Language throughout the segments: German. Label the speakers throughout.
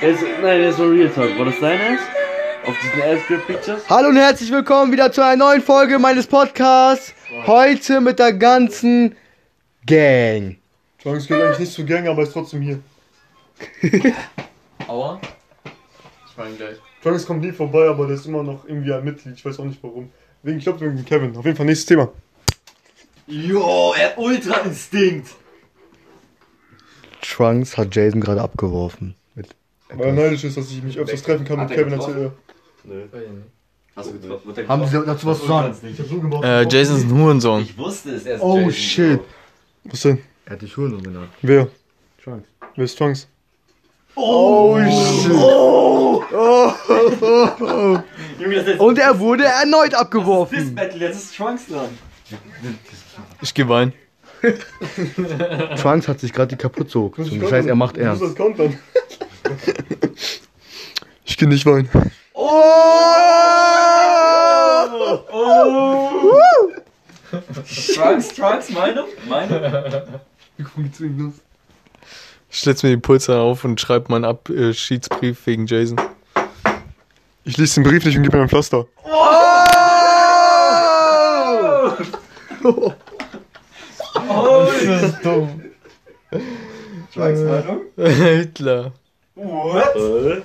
Speaker 1: Es, nein, das ist nur Real Talk. War das deines? Auf diesen Airstrip Pictures?
Speaker 2: Hallo und herzlich willkommen wieder zu einer neuen Folge meines Podcasts. Heute mit der ganzen Gang.
Speaker 3: Sagen, es gehört eigentlich nicht zur Gang, aber ist trotzdem hier.
Speaker 4: Aua. Ich meine gleich.
Speaker 3: Travis kommt nie vorbei, aber der ist immer noch irgendwie ein Mitglied. Ich weiß auch nicht warum. Wegen, ich glaube, wegen Kevin. Auf jeden Fall nächstes Thema.
Speaker 4: Jo, er hat Ultra-Instinkt.
Speaker 2: Trunks hat Jason gerade abgeworfen. Mit
Speaker 3: Weil er neidisch ist, dass ich mich öfters treffen kann mit
Speaker 4: Hat er
Speaker 3: Kevin als
Speaker 4: getroffen?
Speaker 3: er.
Speaker 1: Nö.
Speaker 4: Hast du getroffen? Wird der
Speaker 2: Haben
Speaker 4: getroffen?
Speaker 2: Sie dazu was zu sagen?
Speaker 3: Ich hab so gemacht.
Speaker 5: Äh, Jason ist ein Hurensohn.
Speaker 4: Ich wusste es erst.
Speaker 2: Oh
Speaker 4: Jason.
Speaker 2: shit.
Speaker 3: Was denn?
Speaker 5: Er hat dich Hurensohn genannt.
Speaker 3: Wer?
Speaker 2: Trunks.
Speaker 3: Wer ist Trunks?
Speaker 2: Oh shit.
Speaker 4: Junge, das ist
Speaker 2: Und er wurde erneut
Speaker 4: das
Speaker 2: abgeworfen.
Speaker 4: Battle, jetzt ist Trunks dran.
Speaker 5: Ich gebe ein.
Speaker 2: Trunks hat sich gerade die Kapuze hochgezogen. Das heißt, er macht
Speaker 3: Du
Speaker 2: ernst.
Speaker 3: musst das kontern. ich geh nicht weinen.
Speaker 4: Trunks, Trunks, meine? Meine?
Speaker 5: Ich setz mir die Pulse auf und schreib meinen Abschiedsbrief äh, wegen Jason.
Speaker 3: Ich lese den Brief nicht und gebe mir ein Pflaster.
Speaker 4: Oh,
Speaker 5: ist dumm.
Speaker 4: Trunks, Meinung?
Speaker 5: Hitler.
Speaker 4: What?
Speaker 1: Äh?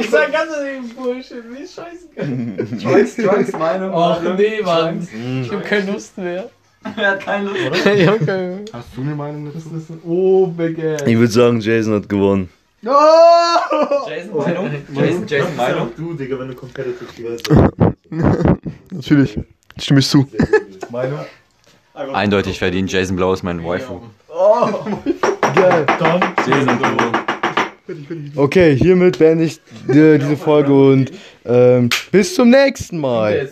Speaker 4: Ich sag ganz den Bullshit, wie scheiße. Trunks, Trunks, Meinung? Och nee, Mann.
Speaker 5: Ich hab keine Lust mehr.
Speaker 4: Er hat keine Lust. Oder?
Speaker 5: ich hab keine
Speaker 2: Hast du eine Meinung dazu?
Speaker 1: Ich würde sagen, Jason hat gewonnen.
Speaker 4: Jason, Meinung? Jason, Jason, Meinung?
Speaker 1: Du, Digga, wenn du competitive spielst.
Speaker 3: Natürlich. Stimme ich zu.
Speaker 4: Eindeutig verdient Jason Blau ist mein Waifu.
Speaker 2: Okay, hiermit beende ich äh, diese Folge und ähm, bis zum nächsten Mal.